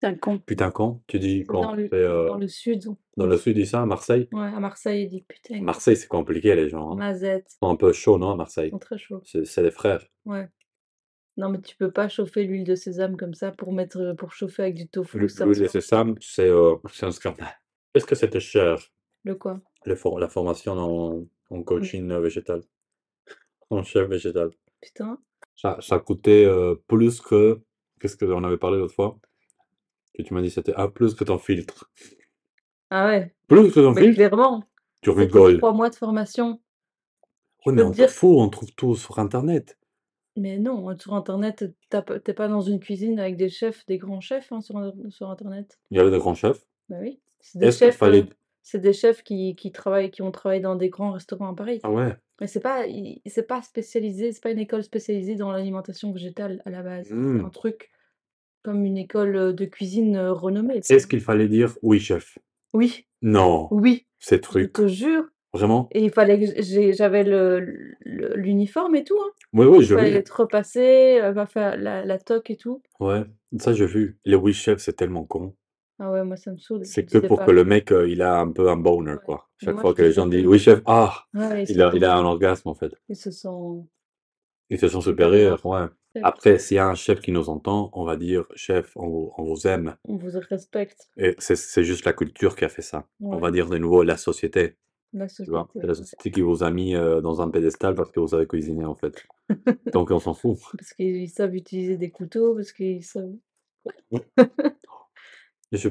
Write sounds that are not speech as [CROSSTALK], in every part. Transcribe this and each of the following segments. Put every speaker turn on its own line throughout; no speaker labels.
Putain, con.
Putain, quand? Tu dis
Dans
quand?
le
C'est, heu,
dans le sud, on
Euh, dans le sud ici, à Marseille?
Ouais, à Marseille, il dit: «Putain».
Marseille, c'est compliqué, les gens, hein.
Mazette.
Ils sont un peu chauds, non, à
Ils
Marseille?
sont très chauds.
C'est c'est les frères.
Ouais. Non, mais tu peux pas chauffer l'huile de sésame comme ça pour mettre, heu, pour chauffer avec du tofu,
L'hu
ça me
l'huile de
semble
sésame, c'est, heu, c'est un scandale. Est-ce que c'était cher?
Le quoi?
Le for la formation en en
Mmh.
coaching, heu, végétal, [LAUGHS] en chef végétal?
Putain.
Ça ça coûtait, heu, plus que qu'est-ce qu'on avait parlé l'autre fois? Que tu m'as dit c'était ah, plus que ton filtre.
Ah ouais.
Plus que ton
Mais
filtre?
clairement,
Tu
c'était
rigoles?
3 mois de formation. Je peux
Oui, mais
te
on s'en
dire
fout, on trouve tout sur internet.
Mais non, hein, sur internet, tu as pas tu es pas dans une cuisine avec des chefs, des grands chefs, hein, sur in sur internet.
Il y avait des grands chefs?
Bah oui, c'est des
Est-ce qu'il
chefs, euh, heu,
fallait
c'est des chefs qui qui travaillent qui ont travaillé dans des grands restaurants à Paris.
Ah ouais?
Mais c'est pas i c'est pas spécialisé, c'est pas une école spécialisée dans l'alimentation végétale à la base. C'est un
Mmh.
truc comme une école, heu, de cuisine, heu, renommée, tu
Est-ce
vois?
qu'il fallait dire: «Oui, chef»?
Oui,
Non,
oui,
ces
je
trucs.
te jure
Vraiment?
et il fallait que j j'ai j'avais le le l'uniforme et tout, hein.
Oui, oui,
Il
je
fallait
l'ai.
être repassé, heu, va faire la la toque et tout.
Ouais, ça j'ai vu. Les oui chef, c'est tellement con.
Ah ouais, moi, ça me saoule, je
C'est que
disais
pour que
pas.
le mec, heu, il a un peu un boner,
Ouais,
quoi. Chaque
moi,
fois
je
que les
disais
gens
pas
disent: «Oui, chef», ah!
Ouais, ils se
Il a il
sentent
a un orgasme, en fait.
ils se sentent
Ils se sentent supérieurs,
supérieurs.
ouais.
Chef.
Après, s'il y a un chef qui nous entend, on va dire: «Chef, on vous on vous aime».
On vous respecte.
Et c'est c'est juste la culture qui a fait ça. On va
Ouais.
dire de nouveau la société,
La
tu vois?
société,
C'est la
ouais.
société qui vous a mis, heu, dans un pédestal parce que vous avez cuisiné,
[LAUGHS]
en fait. Donc on s'en fout.
Parce qu'ils savent utiliser des couteaux, parce qu'ils savent
Mmh. Je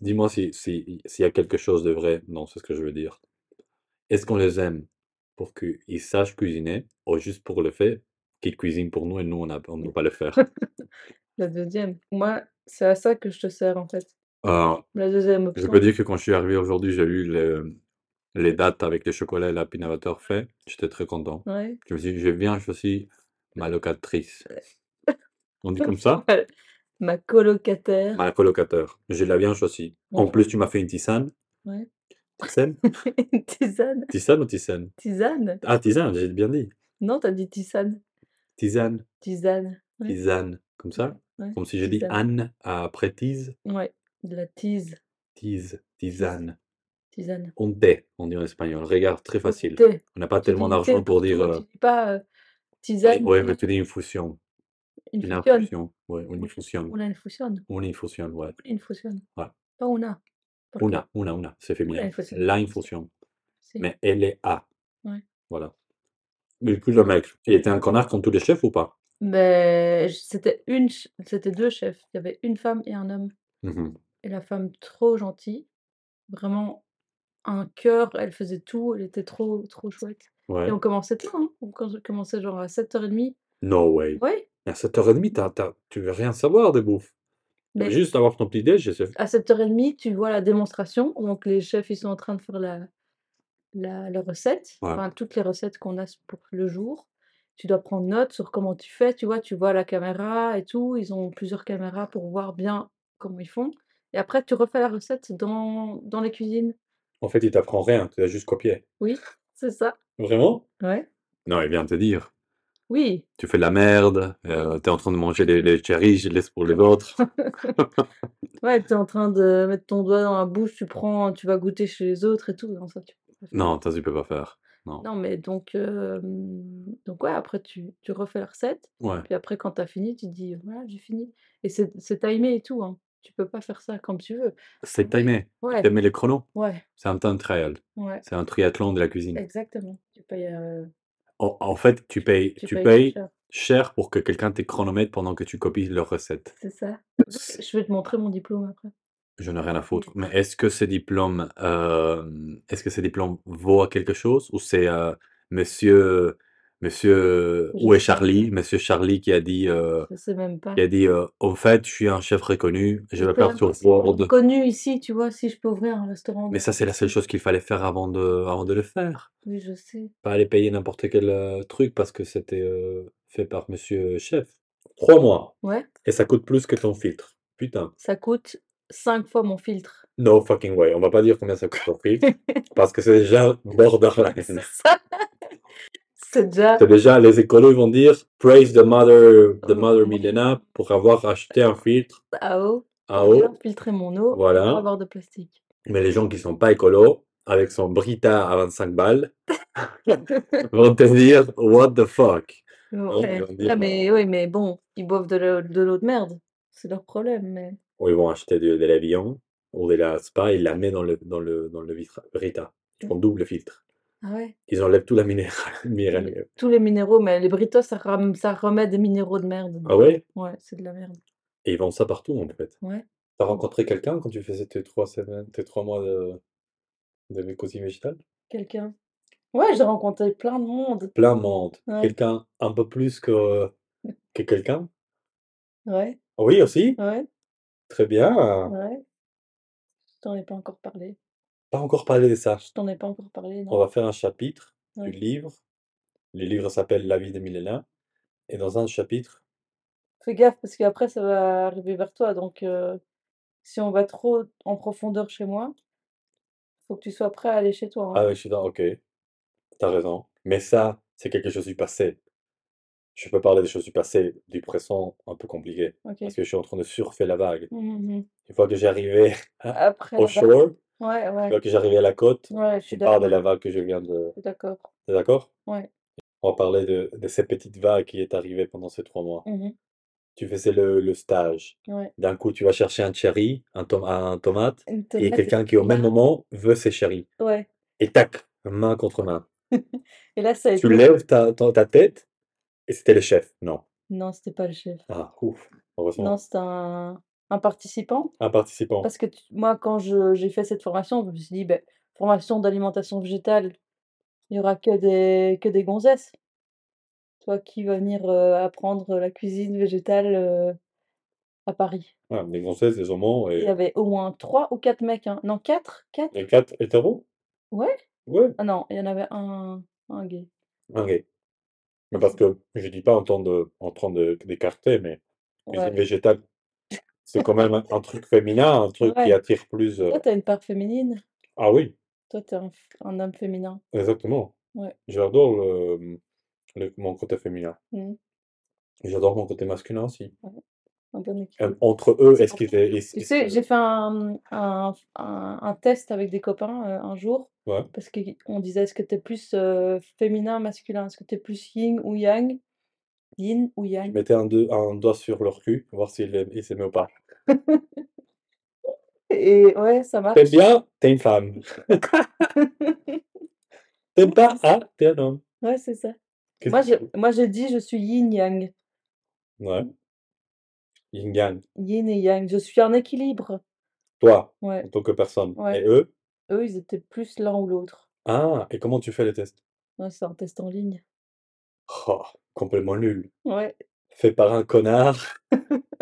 dis-moi si si i s'il y a quelque chose de vrai dans c'est ce que je veux dire. Est-ce qu'on les aime pour qu'ils sachent cuisiner ou juste pour le fait qu'ils cuisinent pour nous et nous, on a on peut pas
[LAUGHS]
le faire?
La 2e. Moi, c'est à ça que je te sers, en fait.
Alors,
La 2e
Euh, je peux
option.
dire que quand je suis arrivé aujourd'hui, j'ai eu le les dattes avec le chocolat et la peanut butter fait. J'étais très content.
Ouais.
Je me suis dit: «Je viens, je suis ma locatrice». On dit
[LAUGHS]
comme ça?
Ouais. Ma [LAUGHS] colocataire.
Ma colocataire. Je la viens choisie. En
Ouais.
plus, tu m'as fait une tisane.
Ouais.
Tisane?
Une tisane.
Tisane ou tisane?
Tisane?
Ah, tisane, j'ai bien dit.
Non, tu as dit tisane.
Tisane.
Tisane, ouais.
Tisane, comme ça?
Ouais,
Comme si j'ai dit
tisane.
Anne après tise?
Ouais, de la tise.
Tise,
Tise.
tisane.
Tisane.
Un thé, on dit en espagnol. Regarde, très
Un
facile.
thé.
On n'a pas
Tu
tellement
dis thé
d'argent pour
pour
dire,
tout, tu
heu
dis pas, heu,
Oui,
tisane,
ouais, mais
tisane.
tu dis une fusion.
Une
Une
fusione.
infusion, ouais, une
Una
infusión.
una infusión.
Une infusion, ouais.
Una infusión.
Ouais.
Pas una, porque
Una, una, una, c'est
Una
féminin.
infusión.
La infusion.
Si.
Mais LA.
Ouais.
Voilà. Du coup, le mec, il était un connard comme tous les chefs ou pas?
Mais j c'était une ch c'était 2 chefs. Il y avait une femme et un homme
Mmh mh.
et la femme trop gentille, vraiment un cœur, elle faisait tout, elle était trop, trop chouette et
Ouais.
on commençait tôt, hein. On com commençait genre à 7:30.
No way.
Ouais.
À 7:30, tu as tu as tu veux rien savoir de bouffe. Tu veux
Mais
juste avoir ton petit déj et c'est f
à 7:30, tu vois la démonstration, donc les chefs, ils sont en train de faire la la la recette,
Ouais.
enfin toutes les recettes qu'on a s pour le jour. Tu dois prendre note sur comment tu fais, tu vois? Tu vois la caméra et tout, ils ont plusieurs caméras pour voir bien comment ils font et après tu refais la recette dans dans les cuisines.
En fait, il t'apprend rien, tu dois juste copier.
Oui, c'est ça.
Vraiment?
Ouais.
Non, il vient te dire.
Oui.
Tu fais de la merde,
Oui.
heu, tu es en train de manger les les cherries, je laisse pour les [LAUGHS] autres.
Ouais, tu es en train de mettre ton doigt dans la bouche, tu prends, tu vas goûter chez les autres et tout. Non, ça, tu peux pas faire.
Non, ça tu peux pas faire. Non.
Non, mais donc hem, donc ouais, après tu tu refais la recette,
Ouais.
puis après quand tu as fini, tu dis: «Voilà, j'ai fini» et c'est c'est timé et tout, hein. Tu peux pas faire ça comme tu veux.
C'est timé. Il te
Ouais.
met le chrono.
Ouais.
C'est un time trial.
Ouais.
C'est un triathlon de la cuisine.
Exactement. Tu payes, heu
En en fait,
tu
tu payes
tu
tu
payes trop
payes
cher.
cher pour que quelqu'un te chronomètre pendant que tu copies leur recette.
C'est ça.
C
Je vais te montrer mon diplôme après.
J'en ai rien à foutre. Mais est-ce que ce diplôme, hem, est-ce que ce diplôme vaut quelque chose ou c'est, heu, monsieur monsieur
Je
où est
sais même
Charlie?
pas.
Monsieur Charlie qui a dit, euh, heu,
Je sais même
qui
pas.
a dit, heu: «En fait, je suis un chef reconnu, je
Je
vais
sais
faire
même pas
sur
si c'est
Word».
reconnu ici, tu vois? Si je peux ouvrir un restaurant
Mais
de
ça, c'est la seule chose qu'il fallait faire avant de avant de le faire.
Oui, je sais.
Pas aller payer n'importe quel, heu, truc parce que c'était, heu, fait par monsieur euh, chef. 3 mois
Ouais.
et ça coûte plus que ton filtre. Putain.
Ça coûte 5 fois mon filtre. [LAUGHS]
No fucking way. On va pas dire combien ça coûte ton filtre parce que c'est déjà borderline.
C'est ça. C'est déjà
C'est déjà les écolos, ils vont dire: «Praise the mother the
Oh
mother
mon
Milena pour avoir acheté un filtre».
Ah oh.
à
pour
eau.
bien filtrer mon eau,
Voilà.
pour avoir de plastique.
Mais les gens qui sont pas écolos, avec son Brita à
[LAUGHS]
25 balles, vont te dire What the fuck?
Ouais.
Hein, ils vont dire,
Ah, mais oui, mais bon, ils boivent de l'eau de, l'eau de merde, c'est leur problème. Mais
Ou ils vont acheter de, de l'avion ou de la spa, ils la mettent dans le, dans le, dans le vitra- Brita. Ils font double filtre.
ah ouais,
Ils enlèvent tout la minérale. [LAUGHS] minérale.
tous les minéraux, mais les Britos, ça, ram- ça remet des minéraux de merde.
Ah ouais?
Ouais, c'est de la merde.
Et ils vendent ça partout en fait.
Ouais.
T'as rencontré quelqu'un quand tu faisais tes trois semaines, tes trois mois de, de mycosine végétale?
Quelqu'un. Ouais, j'ai rencontré plein de monde.
Plein monde.
Ouais.
Quelqu'un un peu plus que, que quelqu'un?
Ouais,
Oui, aussi?
ouais,
Très bien.
ouais. Je t'en ai pas encore parlé.
Pas encore parlé de ça.
Je t'en ai pas encore parlé, non.
Ah. On va faire un chapitre
Ouais.
du livre. Le livre s'appelle La vie de Milena. Et dans un chapitre,
Fais gaffe parce qu'après ça va arriver vers toi. Donc euh, si on va trop en profondeur chez moi, faut que tu sois prêt à aller chez toi. hein.
ah oui, je suis dans, ok, t'as raison. Mais ça, c'est quelque chose du passé. Je peux parler des choses du passé, du présent, un peu compliqué.
Ok.
Parce que je suis en train de surfer la vague.
Mhm, mhm.
Une fois
[LAUGHS]
que j'arrivais
Après. la
au
vague.
shore,
Ouais,
une
ouais.
fois que j'arrivais à la côte,
Ouais, je suis
on parle de
d'accord.
la vague que je viens de.
Je suis d'accord.
T'es d'accord?
Ouais.
On va parler de, de cette petite vague qui est arrivée pendant ces trois mois.
Mhm,
Tu faisais le, le stage.
Ouais.
D'un coup, tu vas chercher un cherry, un, tom- un tomate,
Une
et
tomate,
quelqu'un qui, au même
Bah
moment, veut ses cherries.
Ouais.
Et tac, main contre main.
Et là, ça a
Tu
été-
lèves ta, ta, ta tête, et c'était le chef. Non.
Non, c'était pas le chef.
Ah, ouf, heureusement.
Non, c'était un... un participant.
Un participant.
Parce que tu- moi, quand je- j'ai fait cette formation, je me suis dit, ben, formation d'alimentation végétale, il y aura que des, que des gonzesses. Toi qui vas venir euh, apprendre la cuisine végétale euh, à Paris.
Ah, les Françaises, les Allemands
Il y
et Mmh.
avait au moins trois ou quatre mecs. hein. Non, quatre, quatre.
les quatre hétéros?
Ouais.
Ouais.
Ah non, il y en avait un, un gay.
Ok. Mais parce que je dis pas en temps de, en train de, d'écarter, mais cuisine
Ouais.
végétale, c'est quand même un, un truc féminin, un truc qui
Ouais.
attire plus. euh,
Toi, t'as une part féminine.
Ah oui,
Toi, t'es un, f- un homme féminin.
exactement.
Ouais.
J'adore le, le- mon côté féminin.
Mhm.
Et J'adore mon côté masculin aussi.
Un bon équilibre.
Euh, entre eux,
C'est
est-ce qu'ils.
pour
est-ce-
Tu
est-ce
sais,
que-
j'ai fait un, un, un- un test avec des copains euh, un jour,
Ouais.
parce qu'on disait est-ce que t'es plus euh, féminin, masculin, est-ce que t'es plus yin ou yang, yin ou
Je
yang.
mettais un, deux- un doigt sur leur cul, voir s'ils aiment- ils s'aimaient ou pas.
Et ouais, ça marche.
T'aimes bien? T'es
[LAUGHS]
une femme. T'aimes pas? Ah, t'es un homme.
Ouais, c'est ça.
Qu'est-ce
Moi,
que-
j'ai moi, j'ai dit je suis yin yang,
Ouais. Yin Yang,
yin et yang. Je suis un équilibre.
toi,
Ouais.
en tant que personne.
Ouais.
Et eux?
Eux, ils étaient plus l'un ou l'autre.
Ah, et comment tu fais les tests?
Ouais, c'est un test en ligne.
Oh, complètement nul.
Ouais.
Fait par un connard.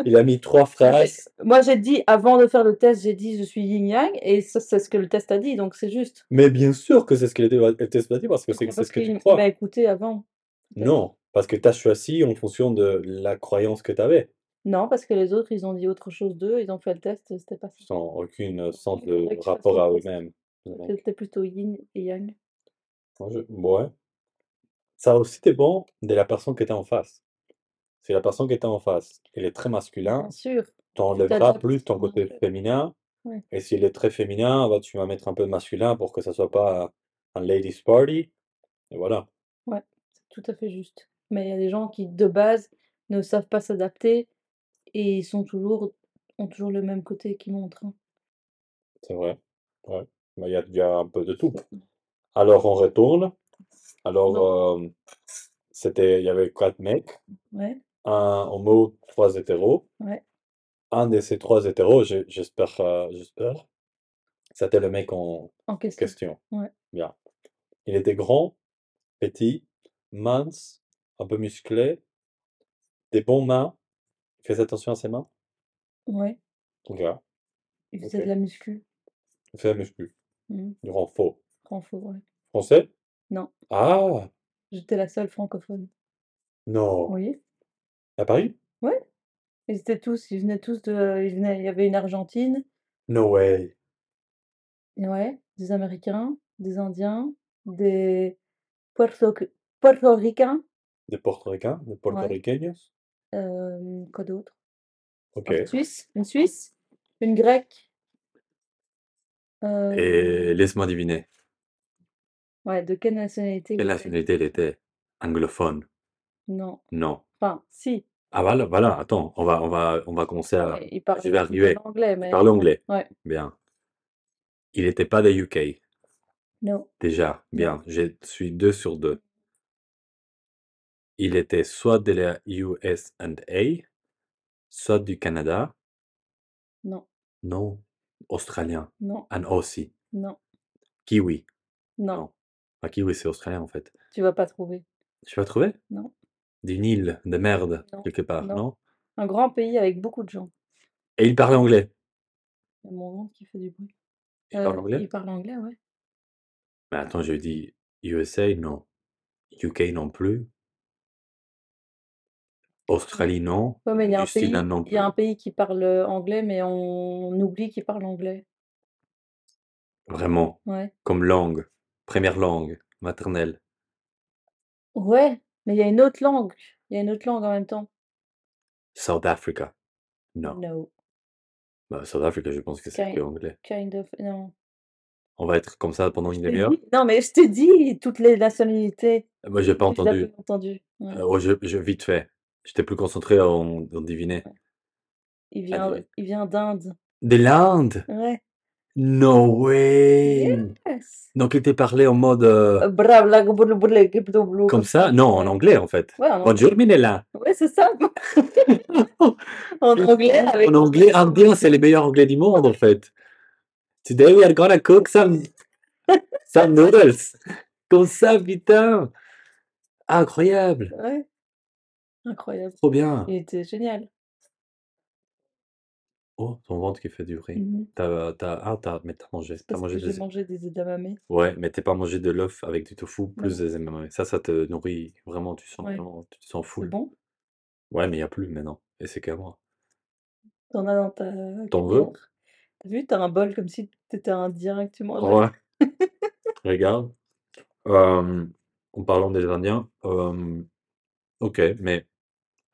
Il a mis
[LAUGHS]
trois phrases.
Moi, j'ai dit, avant de faire le test, j'ai dit je suis yin-yang, et ça, c'est ce que le test a dit, donc c'est juste.
Mais bien sûr que c'est ce qu'il était, le test va dire, parce que c'est c'est
Parce
ce que tu
qu'il
crois.
m'a écouté bah, avant. peut-être.
Non, parce que t'as choisi en fonction de la croyance que t'avais,
Non, parce que les autres, ils ont dit autre chose d'eux, ils ont fait le test, et c'était pas ça.
sans aucune sens
Il faudrait
de
que je fasse
rapport
le
à
test.
eux-mêmes. Donc,
C'était plutôt yin et yang.
moi, je- Ouais. Ça aussi dépend de la personne que t'as en face. Si la personne que t'as en face, elle est très masculin,
Bien sûr.
t'enlèveras
t'adaptes,
plus ton côté
ouais.
féminin.
Ouais.
Et s'il est très féminin, bah, tu vas mettre un peu de masculin pour que ça soit pas un ladies party. Et voilà.
Ouais, c'est tout à fait juste. Mais il y a des gens qui, de base, ne savent pas s'adapter, et ils sont toujours, ont toujours le même côté qui montre. hein.
C'est vrai. Ouais. Mais il y a, il y a un peu de tout. Alors on retourne. Alors euh, c'était, il y avait quatre mecs,
Ouais,
un homo, trois hétéros.
Ouais.
Un de ces trois hétéros, j'ai- j'espère, euh, j'espère, c'était le mec en
en question.
question.
Ouais.
Bien. Il était grand, petit, mince, un peu musclé, des bons mains. Fais attention à ses mains.
Ouais,
Ok.
ils faisaient
Ok.
de la muscu.
Fais muscu.
Mhm.
Du grand faux.
Grand faux, ouais.
Français?
Non.
Ah,
J'étais la seule francophone.
non.
Oui.
À Paris?
Ils étaient tous, ils venaient tous de. ils venaient- il y avait une Argentine,
No way.
et ouais, des Américains, des Indiens, des Puerto, Puertoricains,
Des portoricains, des portoricaignos?
euh, quoi d'autre
Ok.
Un Suisse, une Suisse, Une grecque. Euh,
Et laisse-moi deviner,
Ouais, de quelle nationalité
quelle
il était
nationalité elle était? Anglophone?
Non.
Non.
Enfin, si.
Ah voilà, voilà, attends, on va, on va, on va commencer à
mais il parlait
Ah, je vais arriver.
anglais, mais.
parler anglais.
Ouais.
Bien. Il n'était pas des UK,
Non.
déjà. Bien, je suis deux sur deux. Il était soit de la US&A, soit du Canada.
Non.
Non. Australien.
Non.
Un Aussie.
Non.
Kiwi.
Non.
Ah, Non. Pas kiwi, c'est australien en fait.
Tu vas pas trouver.
Tu vas trouver?
Non.
D'une île de merde,
Non.
quelque part,
Non.
non?
Un grand pays avec beaucoup de gens.
Et il parlait anglais.
Il y a mon ventre qui fait du bruit.
Il parle
Euh,
anglais?
Il parle anglais, ouais.
Mais attends, je dis USA, non. UK non plus. Australie, non.
Ouais, mais il y a un pays,
New-Zealand non
il y a
plus.
un pays qui parle euh, anglais, mais on, on oublie qu'il parle anglais.
Vraiment,
Ouais.
comme langue, première langue, maternelle.
Ouais, mais il y a une autre langue. Il y a une autre langue en même temps.
South Africa, non.
No.
Bah, South Africa, je pense que c'est
Kind,
que anglais.
kind of. Non.
On va être comme ça
[LAUGHS]
pendant une
Je t'ai
demi-heure.
dit- Non, mais je t'ai dit toutes les nationalités.
Euh, Moi, j'ai pas
Tu l'as
entendu.
pas entendu. Ouais.
Euh, oh, je, je- vite fait. J'étais plus concentré en, en deviner.
Il vient,
Allez.
il vient d'Inde.
De l'Inde?
Ouais.
No way!
Yes.
Donc, il était parlé en mode euh,
Euh, bravo, la gobble, brûlé, gobble, blou,
comme ça? Non, en
Ouais.
anglais, en fait.
Ouais, en anglais.
Bonjour, Minella.
Ouais, c'est ça. [LAUGHS]
[LAUGHS]
En anglais avec.
En anglais indien, c'est les meilleurs anglais du monde, en fait. Today we are gonna cook some, some noodles. Comme ça, putain. Incroyable.
Ouais. Incroyable.
Trop bien.
Il était génial.
Oh, ton ventre qui fait du bruit.
Mhm.
T'as, t'as, ah, t'as, mais t'as mangé.
C'est
T'as
parce
mangé
que j'ai
des...
mangé des edamame.
Ouais, mais t'es pas mangé de l'œuf avec du tofu plus
Non.
des MMA. Ça, ça te nourrit vraiment. Tu sens
Ouais.
vraiment, tu te sens
C'est
full.
bon.
Ouais, mais il a plus maintenant. Et c'est qu'à moi.
T'en as dans ta
T'en veux?
cuillère. T'as vu, t'as un bol comme si t'étais indien et que tu mangeais.
Ouais. Regarde. Euh, en parlant des Indiens, euh, ok, mais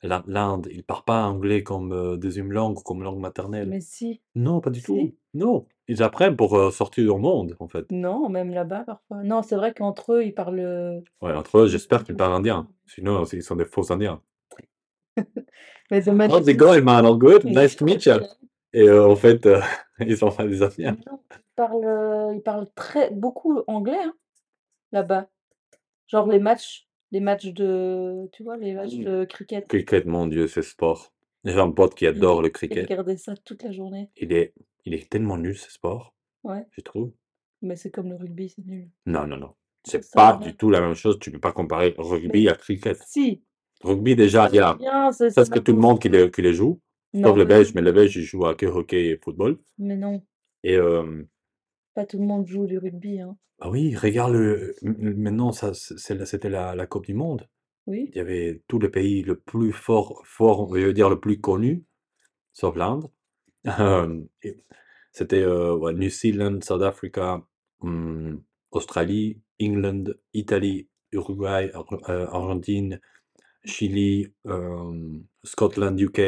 la- l'Inde, il parle pas anglais comme euh, deuxième langue ou comme langue maternelle.
Mais si.
Non, pas du tout.
Si.
Non, ils apprennent pour euh, sortir au monde, en fait.
Non, même là-bas parfois. Non, c'est vrai qu'entre eux, ils parlent. euh,
Ouais, entre eux, j'espère qu'ils
Mhm.
parlent indien. Sinon, ils sont des faux indiens. Oh,
Mais de manière.
How's it going, man? All good? Nice to meet you.
[LAUGHS]
Et euh, en fait, euh, [LAUGHS] ils sont pas des indiens.
Non, ils parlent, euh, ils parlent très beaucoup anglais hein, là-bas. Genre les matchs, les matchs de, tu vois, les matchs
Mm.
de cricket.
Cricket, mon Dieu, c'est sport. J'ai un pote qui
Il,
adore le
il
cricket.
regardait ça toute la journée.
Il est, il est tellement nul, ce sport,
Ouais,
je trouve.
mais c'est comme le rugby, c'est nul.
Non, non, non.
C'est
C'est
ça
pas
va.
du tout la même chose. Tu peux pas comparer
Mais
rugby à cricket.
si,
Rugby, déjà, il y a
bien, Bah, c'est c'est
presque tout le
maintenant.
monde qui le, qui le joue, sauf
Non, mais,
les Belges, mais les Belges, ils jouent à que hockey et football.
mais non,
Et euh,
pas tout le monde joue du rugby, hein.
ah oui, regarde, le, m- m- maintenant, ça, c'est- c'est la- c'était la, la Coupe du Monde.
Oui,
Il y avait tous les pays le plus fort, fort, je veux dire le plus connu, sauf l'Inde. Euh, et c'était euh, ouais, New Zealand, South Africa, hum, Australie, England, Italie, Uruguay, Ar- euh, Argentine, Chili, euh, Scotland, UK,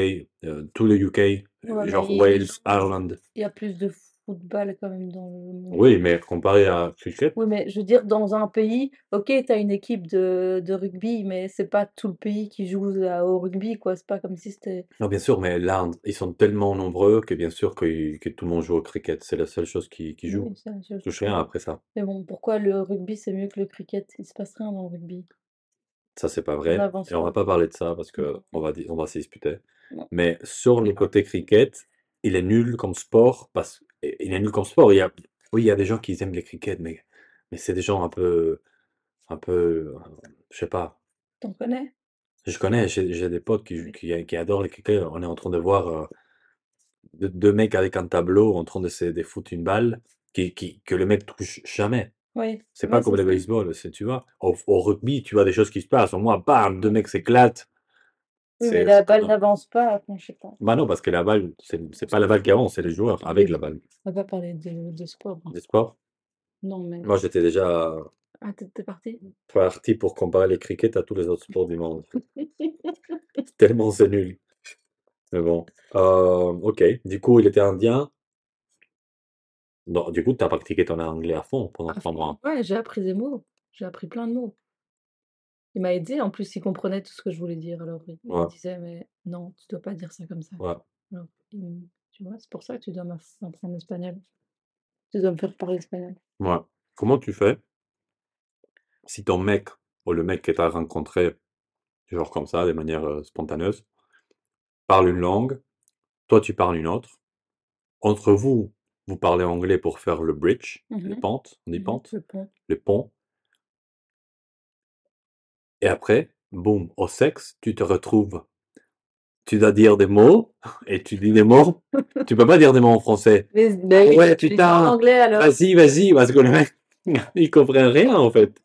euh, tout le UK,
ouais,
euh,
mais
genre
il
Wales, Ireland.
il y a plus de football quand même dans le monde.
Oui, mais comparé à cricket,
Oui, mais je veux dire, dans un pays, ok, tu as une équipe de, de rugby, mais c'est pas tout le pays qui joue à- au rugby, quoi. C'est pas comme si c'était.
non, bien sûr, mais l'Inde, ils sont tellement nombreux que bien sûr que, que tout le monde joue au cricket. C'est la seule chose qui, qui joue.
Oui, ça, je-
Touche rien hein, après ça.
Mais bon, pourquoi le rugby c'est mieux que le cricket? Il se passe rien dans le rugby.
Ça, c'est pas
On
vrai.
n'avance
Et on va
pas.
pas parler de ça parce que
Non.
on va, di- on va se disputer.
Mmh. Non.
Mais sur le côté cricket, il est nul comme sport parce il est nul comme sport. Il y a, oui, il y a des gens qui aiment les cricket, mais, mais c'est des gens un peu, un peu, euh, je sais pas.
T'en connais?
Je connais, j'ai j'ai des potes qui,
Oui.
qui, qui adorent les cricket. On est en train de voir euh, deux, deux mecs avec un tableau en train de se de foutre une balle qui, qui, que le mec touche jamais.
Oui,
C'est pas
ouais,
comme
c'est
le
ça.
baseball, c'est, tu vois. Au, au rugby, tu vois des choses qui se passent. Au moins, bam, deux
Ouais.
mecs s'éclatent.
Oui, mais
C'est,
la
c'est pas
balle
normal.
n'avance pas, enfin, je sais pas.
Bah non, parce que la balle, c'est c'est pas la balle qui avance, c'est les joueurs avec
Oui.
la balle.
On va pas parler de, de sport. hein.
N'est-ce pas?
Non, mais.
Moi, j'étais déjà
Ah, t'es t'es parti?
parti pour [LAUGHS] comparer les cricket à tous les autres sports du monde. Tellement c'est nul. Mais bon. Euh, ok. Du coup, il était indien. Non, du coup, tu as pratiqué ton anglais à fond pendant
À
trois
fond.
mois.
Ah, Ouais, j'ai appris des mots. J'ai appris plein de mots. Il m'a aidé, en plus, il comprenait tout ce que je voulais dire. Alors, il il me
Ouais,
disait, mais non, tu dois pas dire ça comme ça.
ouais.
Alors, il- tu vois, c'est pour ça que tu dois m'apprendre l'espagnol. Tu dois me faire parler espagnol.
Ouais. Comment tu fais si ton mec ou le mec que tu as rencontré, genre comme ça, de manière euh, spontaneuse, parle une langue, toi tu parles une autre, entre vous, vous parlez anglais pour faire le bridge, le
Mhm,
pente, on dit
mhm,
pente,
le pont.
le pont, et après, boum, au sexe, tu te retrouves. Tu dois dire des mots, et tu dis des mots, tu peux pas dire des mots en français.
Mais, ben oui,
Ah Ouais,
tu les dis en
putain,
anglais alors.
vas-y, vas-y, parce que le mec, [LAUGHS] il comprend rien en fait.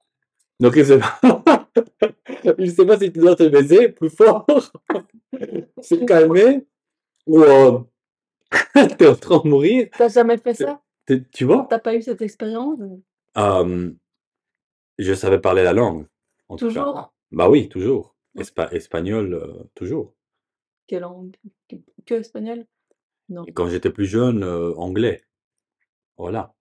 Donc il sait pas, [LAUGHS] il sait pas si tu dois te baiser plus fort, [LAUGHS] se calmer, ou euh, [LAUGHS] t'es en train de mourir.
T'as jamais fait
T'es-
ça?
t'es- Tu vois?
T'as pas eu cette expérience?
Euh, je savais parler la langue, en tout cas.
Toujours?
Bah oui, toujours.
Ok.
Espa- espagnol, euh, toujours.
Quelle langue? Que, que espagnol? Non.
Et quand j'étais plus jeune, euh, anglais. Voilà.